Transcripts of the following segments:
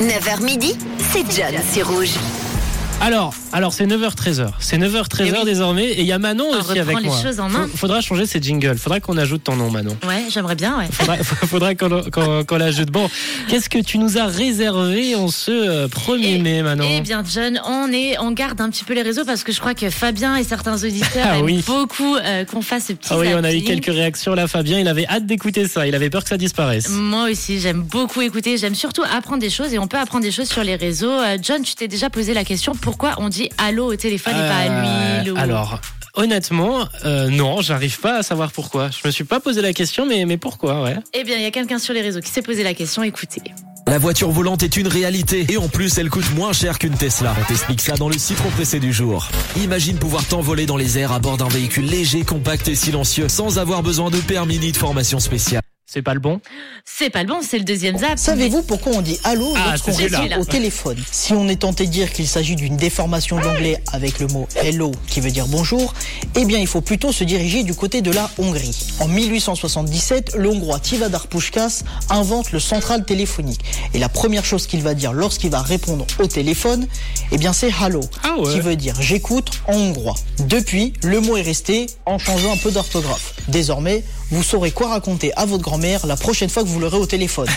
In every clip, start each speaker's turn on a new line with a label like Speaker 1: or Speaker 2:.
Speaker 1: 9h midi, c'est John sur Rouge.
Speaker 2: Alors, alors c'est 9h-13h. C'est 9h-13h
Speaker 3: Eh oui.
Speaker 2: désormais. Et il y a Manon
Speaker 3: On
Speaker 2: aussi
Speaker 3: reprend
Speaker 2: avec
Speaker 3: les
Speaker 2: moi.
Speaker 3: choses en
Speaker 2: Faut-
Speaker 3: main.
Speaker 2: Faudra changer ses jingles. Faudra qu'on ajoute ton nom, Manon.
Speaker 3: Ouais, j'aimerais bien, ouais.
Speaker 2: Faudra, faudra qu'on qu'on- qu'on l'ajoute. Bon, qu'est-ce que tu nous as réservé en ce euh, 1er
Speaker 3: Eh-
Speaker 2: mai, Manon
Speaker 3: Eh bien, John, on est, on garde un petit peu les réseaux parce que je crois que Fabien et certains auditeurs
Speaker 2: Ah
Speaker 3: aiment
Speaker 2: oui.
Speaker 3: beaucoup euh, qu'on fasse ce petit.
Speaker 2: Ah oui, on a eu
Speaker 3: zapping.
Speaker 2: quelques réactions là, Fabien. Il avait hâte d'écouter ça. Il avait peur que ça disparaisse.
Speaker 3: Moi aussi, j'aime beaucoup écouter. J'aime surtout apprendre des choses et on peut apprendre des choses sur les réseaux. Euh, John, tu t'es déjà posé la question pourquoi on dit allô au téléphone et pas
Speaker 2: Euh,
Speaker 3: à l'huile ou-
Speaker 2: Alors, honnêtement, euh, non, j'arrive pas à savoir pourquoi. Je me suis pas posé la question, mais, mais pourquoi, ouais.
Speaker 3: Eh bien, il y a quelqu'un sur les réseaux qui s'est posé la question. Écoutez.
Speaker 4: La voiture volante est une réalité et en plus elle coûte moins cher qu'une Tesla. On t'explique ça dans le citron pressé du jour. Imagine pouvoir t'envoler dans les airs à bord d'un véhicule léger, compact et silencieux sans avoir besoin de permis ni de formation spéciale.
Speaker 2: C'est pas le bon.
Speaker 3: C'est pas le bon, c'est le deuxième zap.
Speaker 5: Savez-vous pourquoi on dit allô
Speaker 2: Ah,
Speaker 5: lorsqu'on
Speaker 2: c'est
Speaker 3: celui-là.
Speaker 5: répond au téléphone Si on est tenté de dire qu'il s'agit d'une déformation de l'anglais avec le mot hello qui veut dire bonjour, eh bien il faut plutôt se diriger du côté de la Hongrie. En 1877, le Hongrois Tivadar Puskás invente le central téléphonique. Et la première chose qu'il va dire lorsqu'il va répondre au téléphone, eh bien c'est hello,
Speaker 2: Ah ouais.
Speaker 5: qui veut dire j'écoute en hongrois. Depuis, le mot est resté en changeant un peu d'orthographe. Désormais, vous saurez quoi raconter à votre grand-mère la prochaine fois que vous l'aurez au téléphone.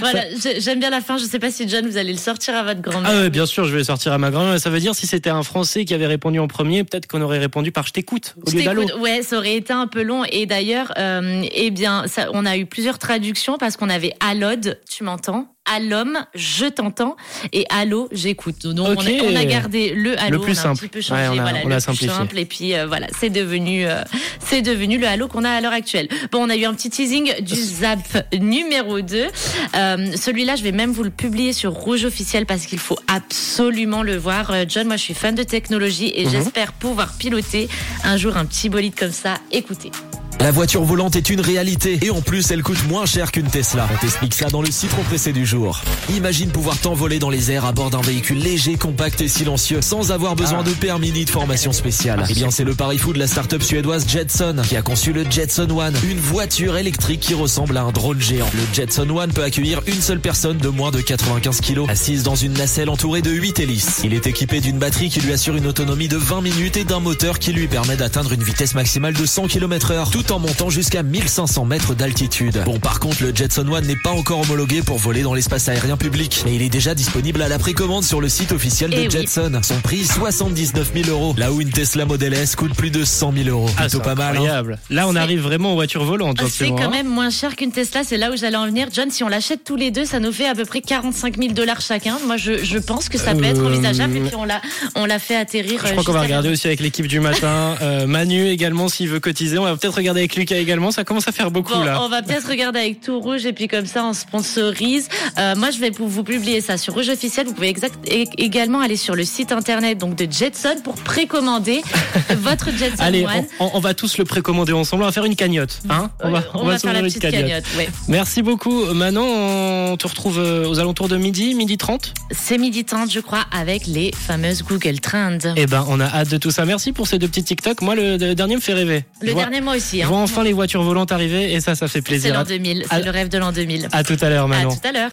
Speaker 3: Voilà, j'ai- j'aime bien la fin. Je sais pas si John, vous allez le sortir à votre grand-mère.
Speaker 2: Ah ouais, bien sûr, je vais sortir à ma grand-mère. Ça veut dire si c'était un Français qui avait répondu en premier, peut-être qu'on aurait répondu par je t'écoute au
Speaker 3: Je
Speaker 2: lieu d'allô.
Speaker 3: t'écoute. Ouais, ça aurait été un peu long. Et d'ailleurs, euh, eh bien, ça, on a eu plusieurs traductions parce qu'on avait à l'ode, tu m'entends, à l'homme, je t'entends, et allô, j'écoute. Donc on,
Speaker 2: Ok.
Speaker 3: a, on a gardé le
Speaker 2: Le
Speaker 3: allô,
Speaker 2: plus
Speaker 3: on a un
Speaker 2: simple.
Speaker 3: petit peu changé,
Speaker 2: Ouais, on a-
Speaker 3: voilà,
Speaker 2: on
Speaker 3: le
Speaker 2: a
Speaker 3: plus
Speaker 2: simplifié.
Speaker 3: simple. Et puis euh, voilà, c'est devenu, euh, c'est devenu le allô qu'on a à l'heure actuelle. Bon, on a eu un petit teasing du zap numéro 2. Euh, Celui-là, je vais même vous le publier sur Rouge officiel parce qu'il faut absolument le voir. Euh, John, moi, je suis fan de technologie
Speaker 2: Mhm.
Speaker 3: et j'espère pouvoir piloter un jour un petit bolide comme ça. Écoutez.
Speaker 4: La voiture volante est une réalité et en plus elle coûte moins cher qu'une Tesla. On t'explique ça dans le citron pressé du jour. Imagine pouvoir t'envoler dans les airs à bord d'un véhicule léger, compact et silencieux sans avoir besoin de permis ni de formation spéciale. Eh bien c'est le pari fou de la start-up suédoise Jetson qui a conçu le Jetson One, une voiture électrique qui ressemble à un drone géant. Le Jetson One peut accueillir une seule personne de moins de 95 kg assise dans une nacelle entourée de 8 hélices. Il est équipé d'une batterie qui lui assure une autonomie de 20 minutes et d'un moteur qui lui permet d'atteindre une vitesse maximale de 100 km heure tout en montant jusqu'à 1500 mètres d'altitude. Bon par contre le Jetson One n'est pas encore homologué pour voler dans l'espace aérien public mais il est déjà disponible à la précommande sur le site officiel de
Speaker 3: Eh oui.
Speaker 4: Jetson. Son prix 79 000 euros là où une Tesla Model S coûte plus de 100 000 euros.
Speaker 2: Ah,
Speaker 4: Plutôt
Speaker 2: c'est
Speaker 4: pas mal hein.
Speaker 2: incroyable. Là, on
Speaker 3: C'est- Ah,
Speaker 2: arrive vraiment aux voitures volantes.
Speaker 3: C'est
Speaker 2: gentiment, hein.
Speaker 3: quand même moins cher qu'une Tesla, c'est là où j'allais en venir. John, si on l'achète tous les deux, ça nous fait à peu près 45 000 dollars chacun. Moi, je, je pense que ça peut être
Speaker 2: Euh,
Speaker 3: envisageable et puis on l'a, on l'a fait atterrir.
Speaker 2: Je
Speaker 3: euh,
Speaker 2: crois qu'on va
Speaker 3: juste à-
Speaker 2: regarder aussi avec l'équipe du matin. Euh, Manu également, s'il veut cotiser. On va peut-être regarder avec Lucas également. Ça commence à faire beaucoup
Speaker 3: Bon,
Speaker 2: là.
Speaker 3: on va peut-être regarder avec tout rouge et puis comme ça on sponsorise. Euh, moi je vais pou- vous publier ça sur Rouge officiel. Vous pouvez exact- é- également aller sur le site internet donc de Jetson pour précommander votre Jetson
Speaker 2: Allez,
Speaker 3: One.
Speaker 2: on, on- on va tous le précommander ensemble. On va faire une cagnotte. Hein
Speaker 3: Euh, faire la
Speaker 2: s'ouvrir une
Speaker 3: petite cagnotte. ouais.
Speaker 2: Merci beaucoup. Manon, on te retrouve euh, aux alentours de midi, midi 30.
Speaker 3: C'est militante, je crois, avec les fameuses Google Trends.
Speaker 2: Eh ben, on a hâte de tout ça. Merci pour ces deux petits TikTok. Moi, le, le dernier me fait rêver.
Speaker 3: le
Speaker 2: je vois,
Speaker 3: dernier mois aussi.
Speaker 2: je
Speaker 3: hein.
Speaker 2: vois enfin les voitures volantes arriver et ça, ça fait
Speaker 3: C'est
Speaker 2: plaisir.
Speaker 3: l'an
Speaker 2: À,
Speaker 3: 2000,
Speaker 2: à-
Speaker 3: c'est le rêve de l'an 2000.
Speaker 2: à tout à l'heure,
Speaker 3: À
Speaker 2: Manon.
Speaker 3: tout à l'heure.